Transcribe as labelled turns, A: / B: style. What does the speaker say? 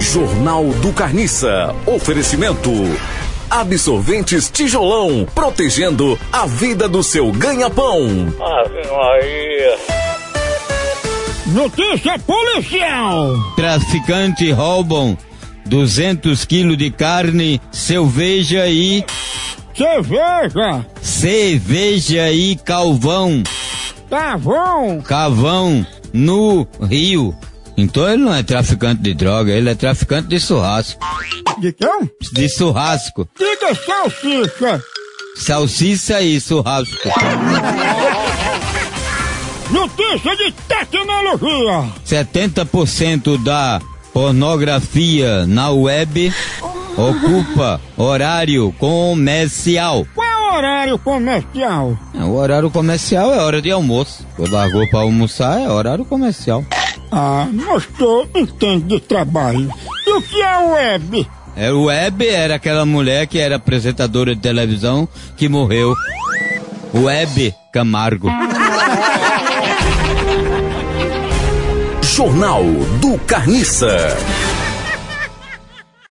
A: Jornal do Carniça. Oferecimento. Absorventes Tijolão, protegendo a vida do seu ganha-pão.
B: Ave Maria.
C: Notícia policial!
D: Traficante roubam 200 quilos de carne, cerveja e
C: Cerveja,
D: cerveja e calvão,
C: tá tavão,
D: cavão no Rio. Então ele não é traficante de droga, ele é traficante de churrasco.
C: de quem?
D: De churrasco.
C: Diga salsicha.
D: Salsicha e churrasco.
C: Notícia de tecnologia.
D: 70% da pornografia na web ocupa horário comercial.
C: Qual é o horário comercial?
D: É, O horário comercial é hora de almoço. Quando largou pra almoçar é horário comercial.
C: Ah, nós todos temos de trabalho. E o que é web?
D: É, o Web era aquela mulher que era apresentadora de televisão que morreu. Web Camargo.
A: Jornal do Carniça.